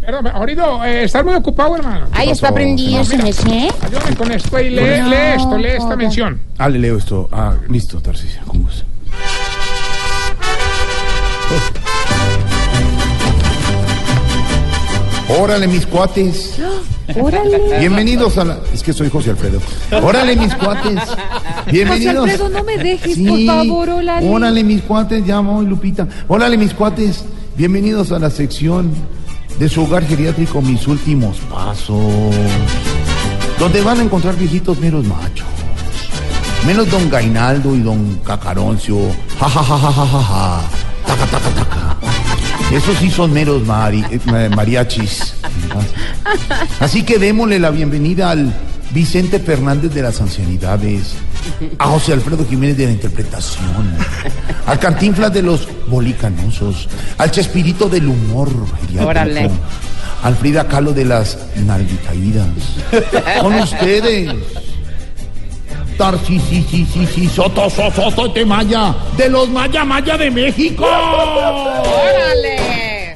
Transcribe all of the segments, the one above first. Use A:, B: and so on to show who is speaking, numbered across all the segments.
A: Perdón, ahorita eh, estás muy ocupado, hermano.
B: Ahí está
C: pasó?
B: aprendido,
A: No,
B: se
A: mira.
B: me sé.
A: Ayúdame con esto y lee,
B: No,
A: lee esto, lee esta
B: joder.
A: mención.
C: Ah, le leo esto. Ah, listo, Tarcisia, con gusto. Oh. Órale, mis cuates.
B: Órale.
C: Bienvenidos a la. Es que soy José Alfredo. Órale, mis cuates. Bienvenidos.
D: José Alfredo, no me dejes,
C: Sí.
D: por favor, órale.
C: Órale, mis cuates. Ya voy, Lupita. Órale, mis cuates. Bienvenidos a la sección de su hogar geriátrico, mis últimos pasos. Donde van a encontrar viejitos meros machos. Menos don Gainaldo y don Cacaroncio. Ja, ja, ja, ja, ja, ja, ja. Taca, taca, taca. Esos sí son meros mari- eh, mariachis. Así que démosle la bienvenida al Vicente Fernández de las ancianidades, a José Alfredo Jiménez de la interpretación, al Cantinflas de los bolicanosos, al Chespirito del humor geriátrico,
E: Órale.
C: al Frida Kahlo de las nalguitaídas. Con ustedes. Tarsi, sí, sí, sí, sí, Soto, Soto, Soto, de Maya, de los Maya Maya de México.
B: Órale.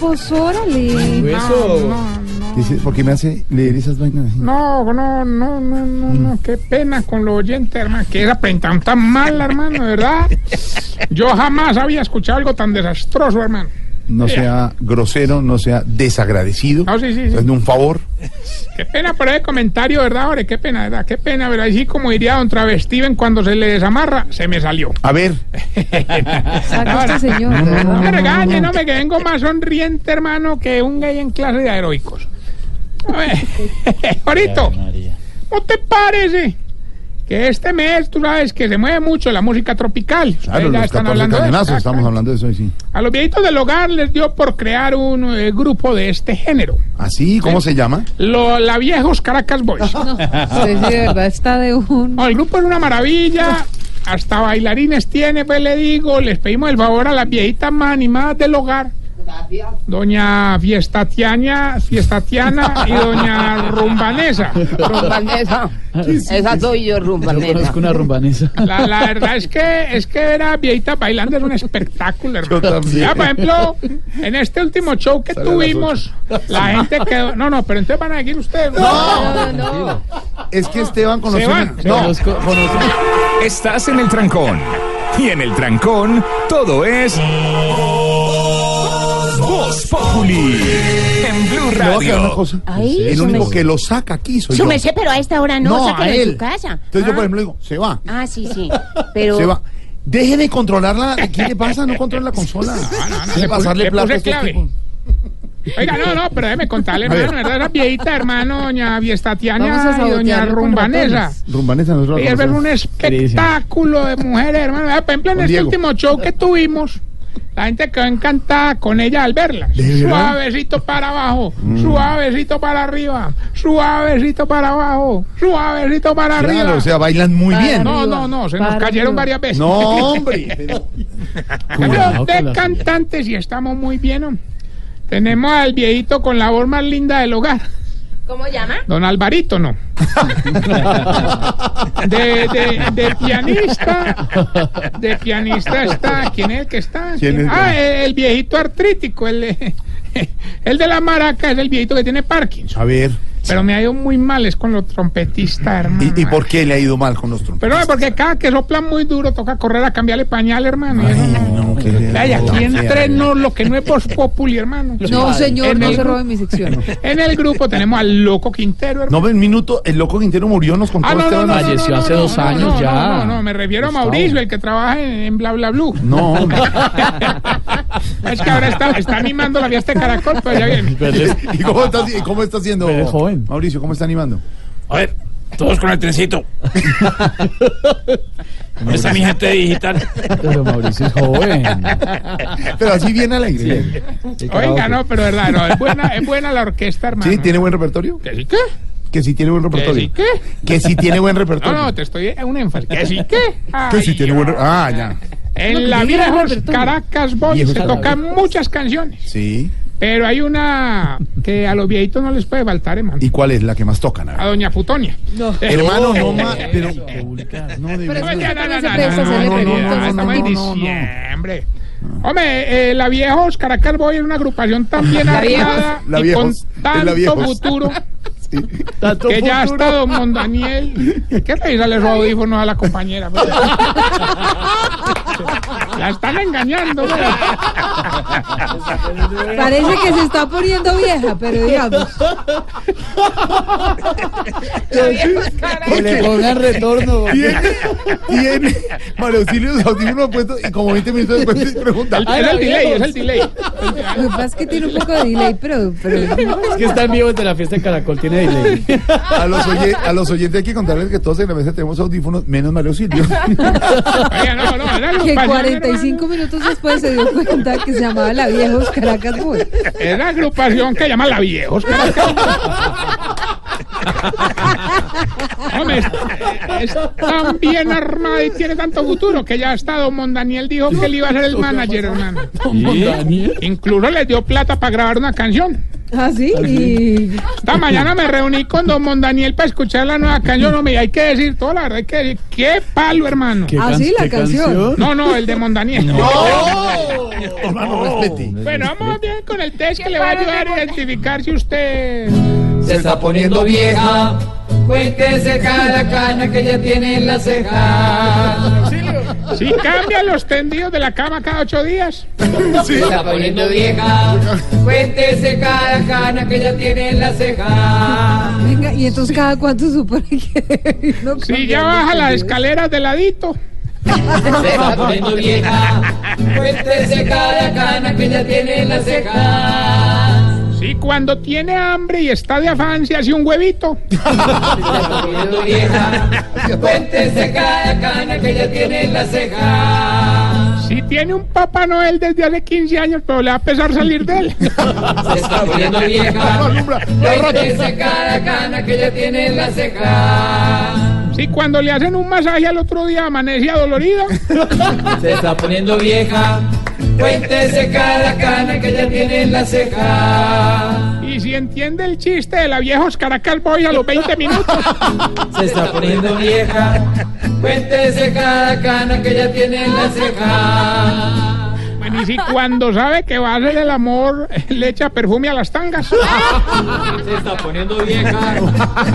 D: Pues órale.
A: No,
C: Dice, porque me hace leer esas vainas.
A: no, no, no, no, no, no, no, qué pena con los oyentes, hermano, que era tan tan mal, hermano, de ¿verdad? Yo jamás había escuchado algo tan desastroso, hermano.
C: No sea grosero, no sea desagradecido.
A: No, Ah, sí, sí, sí.
C: Hazme un favor.
A: Qué pena por ese comentario, ¿verdad, hombre? Qué pena, ¿verdad? Qué pena, ¿verdad? Y sí, como diría don Travestiven, cuando se le desamarra, se me salió.
C: A ver,
D: Saca
A: Ahora.
D: este señor.
A: No me regañe, no me que vengo más sonriente, hermano, que un gay en clase de heroicos. A ver, Jorito, ¿no te parece que este mes, tú sabes, que se mueve mucho la música tropical?
C: claro,
A: Ustedes ya
C: los
A: están
C: 14
A: hablando de
C: cañonazos,
A: eso. Ah,
C: estamos hablando de eso hoy, sí.
A: A los viejitos del hogar les dio por crear un eh, grupo de este género,
C: ¿Así? ¿Ah, ¿Cómo se llama?
A: lo, la viejos Caracas Boys.
D: Usted sí, de verdad, está de un.
A: No, el grupo es una maravilla. Hasta bailarines tiene, pues le digo. Les pedimos el favor a las viejitas más animadas del hogar. Doña Fiestatiana, Fiestatiana y Doña Rumbanesa.
B: Rumbanesa. Esa soy yo, rumbanesa.
F: Conozco una rumbanesa.
A: La, la verdad es que es que era viejita bailando, es un espectáculo, hermano.
C: Yo también.
A: Ya, por ejemplo, en este último show que
C: Sale a las
A: tuvimos, la gente quedó. No, no, pero entonces van a seguir ustedes. No,
D: No, no.
C: Es que Esteban conoce.
A: Ah. se van. se van.
F: Conozco, conozco.
G: Estás en el trancón. Y en el trancón, todo es. Voz Populi. En Blue
C: ¿Le voy a quedar una
G: Radio.
C: cosa?
B: Ay,
C: el
B: su
C: único
B: merced.
C: que lo saca aquí soy
B: Su
C: yo.
B: merced, pero a esta hora no,
C: no, a
B: sáquenlo de
C: él.
B: su casa.
C: Entonces yo, por ejemplo, digo, se va,
B: Ah, ah, sí, sí. Pero.
C: se va. Deje de controlarla. ¿Qué le pasa? No controla la consola.
A: no, no,
C: Deje
A: le puse-
C: pasarle
A: le
C: plata
A: puse
C: a este estos
A: clave.
C: tipos.
A: Oiga, no, no, pero déjeme contarle,
C: A ver.
A: hermano, ¿verdad? Esa viejita, hermano, doña
D: Vamos a
A: Viestatiana y doña
D: sabotearlo con
A: Rumbanesa.
D: ratones.
C: Rumbanesa nosotros.
A: Y es ver un espectáculo de mujeres, hermano. Ah, Por ejemplo, en
C: Con
A: este
C: Diego.
A: último show que tuvimos, la gente quedó encantada con ella al verla.
C: ¿De verdad? Mm.
A: Suavecito para abajo, suavecito para arriba, suavecito para abajo, suavecito para arriba.
C: Claro, o sea, bailan muy
D: Para
C: bien.
A: no, no, no, se nos
D: Para
A: cayeron
D: arriba.
A: varias veces.
C: No, hombre. pero-
A: Hablando
F: Cuidado con
A: de
F: las-
A: cantantes y estamos muy bien. ¿no? Tenemos al viejito con la voz más linda del hogar,
B: ¿Cómo llama?
A: don Alvarito, ¿no? De, de, de pianista, de pianista está, ¿quién es el que está?
C: ¿Quién es?
A: ah, el, el viejito artrítico, el, eh, el de la maraca es el viejito que tiene Parkinson.
C: A ver,
A: Pero me ha ido muy mal, es con los trompetistas, hermano.
C: ¿y, y por qué le ha ido mal con los trompetas?
A: Pero eh, porque cada que soplan muy duro toca correr a cambiarle pañal, hermano. y eso
C: Ay,
A: no.
C: no, qué-
A: Ay, aquí
C: no,
A: entre nos, lo que no es Voz Populi, hermano.
D: No, señor,
A: En
D: no
A: el-
D: se robe mi sección.
A: En el grupo tenemos al Loco Quintero, hermano.
C: No, un minuto, el loco Quintero murió, nos contó
A: Ah, no, no, no,
C: Esteban
A: no,
C: ayer.
F: falleció
A: no,
F: hace
A: no,
F: dos
A: no,
F: años
A: no,
F: ya.
A: No, no, no, me refiero a
F: Gustavo.
A: Mauricio, el que trabaja en, en Bla Bla Blue.
C: No, hombre.
A: Es que ahora está, está animando la vía este caracol, pero ya viene.
F: Pero es-
C: ¿Y cómo está, y cómo está haciendo?
F: Pero es joven.
C: Mauricio, ¿cómo está animando?
H: A ver, todos con el trencito. ¿Dónde está mi gente digital?
F: Pero Mauricio es joven.
C: Pero así bien alegre. ¿Sí,
A: Oiga, no, pero verdad, no, es buena, es buena la orquesta, hermano.
C: tiene buen repertorio?
A: ¿Que sí qué?
C: Que sí tiene buen
A: ¿Que
C: repertorio.
A: sí qué?
C: Que sí tiene buen
A: No,
C: repertorio.
A: no, te estoy en un énfasis. ¿Que sí qué?
C: Que
A: Ay,
C: sí tiene buen re- Ah, ya.
A: En la
D: que diga
A: Viejos
D: Roberto.
A: Caracas Boys
C: Viejos
A: se
C: Caracas.
A: tocan muchas canciones,
C: Sí.
A: pero hay una que a los viejitos no les puede faltar, hermano.
C: ¿Y cuál es la que más tocan? A
A: A
C: ver.
A: Doña Putonia. Eh,
C: Hermano, no más. Pero. No, de
D: Pero es
C: verdad.
A: Pues
D: que- no, no, no, no, no,
A: Estamos en
D: no, no, no,
A: diciembre. Hombre, eh, la viejos Caracas Boy es una agrupación tan bien armada
C: La
A: y con
C: Viejos, es la
A: tanto
C: Viejos.
A: futuro
C: Tanto
A: que ya
C: futuro.
A: hasta don Mondaniel. ¿Qué revisarle su audífonos a la compañera? pues? la están engañando. hombre.
D: Parece que se está poniendo vieja, pero digamos.
C: Que le
F: pongan retorno.
C: Tiene, tiene Mario Auxilio los audífonos puestos y como 20 minutos después te pregunta.
A: El- es el delay, es el delay.
D: Lo que pasa es que tiene un poco de delay, pero. pero
F: Es que están vivos de la fiesta de Caracol, tiene delay.
C: A los, oye- a los oyentes hay que contarles que todos en la mesa tenemos audífonos, menos Mario Silvio.
A: Oiga, no, no, era
D: que
A: agrupación,
D: 45 minutos después se dio cuenta que se llamaba la Viejos Caracas Boy.
A: hermano. Es la agrupación que llama la viejos Caracas. Hombre, es, es tan bien armada y tiene tanto futuro que ya hasta don Mondaniel dijo que él iba a ser el manager, hermano. Incluso les dio plata para grabar una canción.
D: ¿Ah, sí? Y.
A: Esta mañana me reuní con Don Mondaniel para escuchar la nueva canción. Hombre, y hay que decir todo, la verdad, hay que decir, qué palo, hermano.
F: ¿Qué
D: Ah,
F: can-
D: sí, la
F: qué
D: canción.
A: No, no, el de Mondaniel.
C: Hermano, respete.
A: Bueno, vamos bien con el test que le va a ayudar a identificar si usted.
E: Se está poniendo vieja. Cuéntese cada cana que ya tiene en la ceja.
A: Si cambia los tendidos de la cama cada ocho días.
E: Se está poniendo vieja. Cuéntese cada cana que ya tiene en la ceja.
D: Venga, y entonces cada cuánto supone que. no
A: Si
D: cambia?
A: ya baja las escaleras de ladito.
E: Se está poniendo vieja. Cuéntese cada cana que ya tiene en la ceja.
A: Si cuando tiene hambre y está de afán se hace un huevito.
E: Se está poniendo vieja. Cuéntese cada cana que ya tiene en la ceja.
A: Si tiene un Papá Noel desde hace 15 años, pero le va a pesar salir de él.
E: Se está poniendo
C: No,
E: vieja.
C: alumbra.
E: Cuéntese cada cana que ya tiene en la ceja.
A: Si cuando le hacen un masaje al otro día amanece adolorido.
E: Se está poniendo vieja. Cuéntese cada cana que ya tiene en la ceja.
A: Y si entiende el chiste de la vieja Oscar Boy a los 20 minutos.
E: Se está poniendo vieja. Cuéntese cada cana que ya tiene en la ceja.
A: Bueno, y si cuando sabe que va a hacer el amor, le echa perfume a las tangas.
E: Se está poniendo vieja.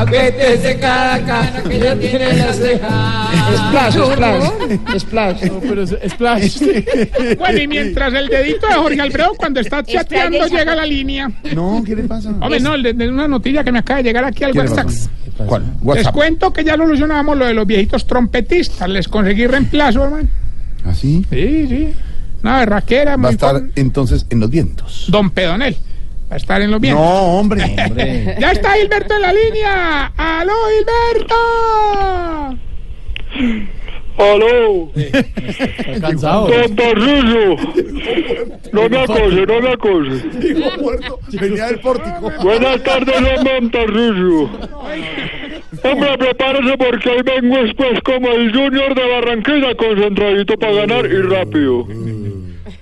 E: Cuéntese cada cana que ya tiene en la ceja.
B: Splash, splash, splash.
F: No, pero es Splash.
A: Bueno, y mientras el dedito de Jorge Alfredo, cuando está chateando, llega a la línea.
C: No, ¿qué le pasa?
A: Hombre, no, le- le- una noticia que me acaba de llegar aquí al
C: ¿Qué le
A: WhatsApp.
C: pasa? ¿Cuál?
A: Les
C: ¿WhatsApp?
A: cuento que ya solucionamos lo de los viejitos trompetistas. Les conseguí reemplazo, hermano.
C: ¿Así?
A: Sí, sí. Una berraquera.
C: Va ¿Ah, a
A: muy
C: estar
A: con-
C: entonces en los vientos.
A: Don Pedonel. Va a estar en los bienes.
C: No, hombre. hombre.
A: Ya está Gilberto en la línea. ¡Aló, Gilberto!
I: Aló,
F: Está cansado.
I: don Barrillo. No me acose, no me acose.
C: Digo, muerto. Venía del pórtico.
I: Buenas tardes, don Montarrillo. Hombre, prepárese porque hoy vengo después como el Junior de Barranquilla, concentradito para ganar y rápido.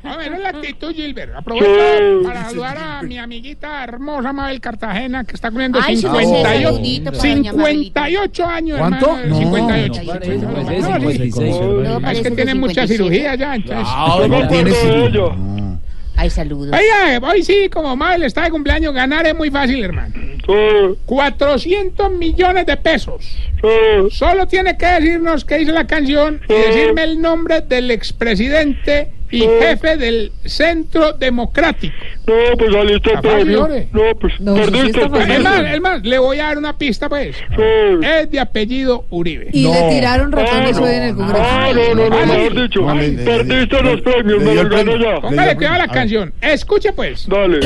A: A ver, es la actitud, Gilberto.
I: Sí.
A: Aprovecho para saludar a mi amiguita hermosa Mabel Cartagena, que está cumpliendo
B: Ay, sí, sí,
A: 58,
B: saludito para doña
A: 58 años,
C: ¿Cuánto?
A: hermano.
C: No,
A: 58.
B: no,
C: pues,
A: Sí,
B: no,
A: sí,
B: parece
A: sí. es que
B: Parece que
A: tiene mucha
B: 57.
A: cirugía ya, entonces.
C: Ah,
I: No me acuerdo de ella.
B: Ay, saludos.
A: Oiga, hoy sí, como Mabel está de cumpleaños, ganar es muy fácil, hermano.
I: Eh,
A: 400 millones de pesos.
I: eh,
A: Solo tiene que decirnos qué dice la canción y decirme el nombre del expresidente y jefe del Centro Democrático.
I: No, pues saliste
A: Capaz,
I: premio.
A: señores.
I: No, pues
D: No, sí, sí
I: perdiste,
D: está fácil.
A: Es más,
I: perdiste.
A: es más, le voy a dar una pista, pues.
I: Eh,
A: Es de apellido Uribe.
D: Y le tiraron
I: Ah,
D: ratones
I: no,
D: hoy en el
I: ah,
D: Congreso.
I: no, no, no,
A: Ay,
I: mejor
A: sí.
I: dicho,
C: No, le- le-
I: perdiste
C: le-
I: los premios,
C: le
I: me
C: dio el
I: los gano
C: premio.
I: ya.
A: Póngale cuidado a la
C: A ver.
A: canción. Escuche, pues.
I: Dale.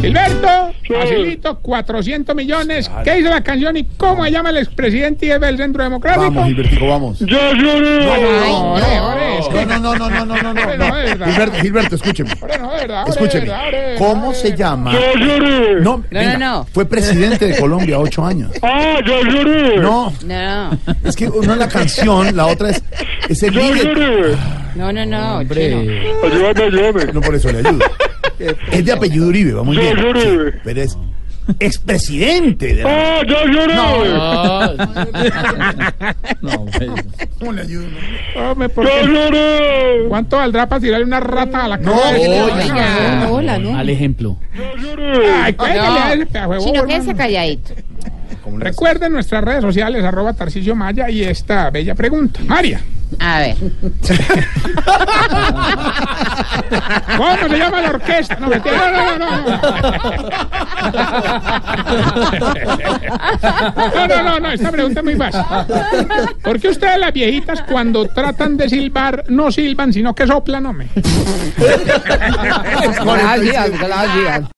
A: Gilberto,
I: Sí.
A: facilito, 400 millones. ¿Qué dice la canción y cómo se llama el expresidente y jefe del Centro Democrático?
C: Vamos, Gilbertico, vamos.
I: ¡Ya lloré!
A: No, ore, ore, es que-
C: No, no, no, no, no, no, no, no.
A: Pero no es verdad.
C: Gilberto, Gilberto, escúcheme.
A: ore, no, de verdad, ore,
C: Escúcheme.
A: de verdad, ore,
C: ¿Cómo
A: ore.
C: se llama?
I: ¡Ya lloré!
C: Ah. No,
B: no,
C: venga,
B: no.
C: Fue presidente de Colombia ocho años.
I: ¡Ah, ya lloré!
C: No,
B: No, no,
C: es que una es la canción, la otra es, es el
I: ¡Ya
C: líder.
I: lloré!
B: no, no, no. chino.
I: Ayúdame, ayúdame.
C: No por eso le ayudo. Es de apellido Uribe, va muy
I: Yo
C: bien.
I: soy Uribe.
C: Pero es expresidente de la...
I: ¡Ah, ya lloré!
F: No, no, pues,
C: ¿Cómo le ayudo?
A: Hombre, ¿por
I: ¡Ya
A: qué?
I: lloré!
A: ¿Cuánto valdrá para tirarle una rata a la
C: No,
A: cara?
C: oye.
D: Oiga, hola, ¿no?
F: Al ejemplo.
I: ¡Ya lloré!
A: Ay, cuélguele a ese pedazo de bobo,
C: oh,
B: Sino que
A: hermano.
B: se calladito.
C: ¿Cómo le-
A: Recuerden nuestras redes sociales, arroba Tarcisio Maya y esta bella pregunta. María,
B: A ver.
A: ¿cómo se llama la orquesta? No, mentira, no, no, no, no. No, no, no, no, esta pregunta es muy fácil. ¿Por qué ustedes las viejitas cuando tratan de silbar no silban, sino que soplan, hombre?
B: Gracias, gracias.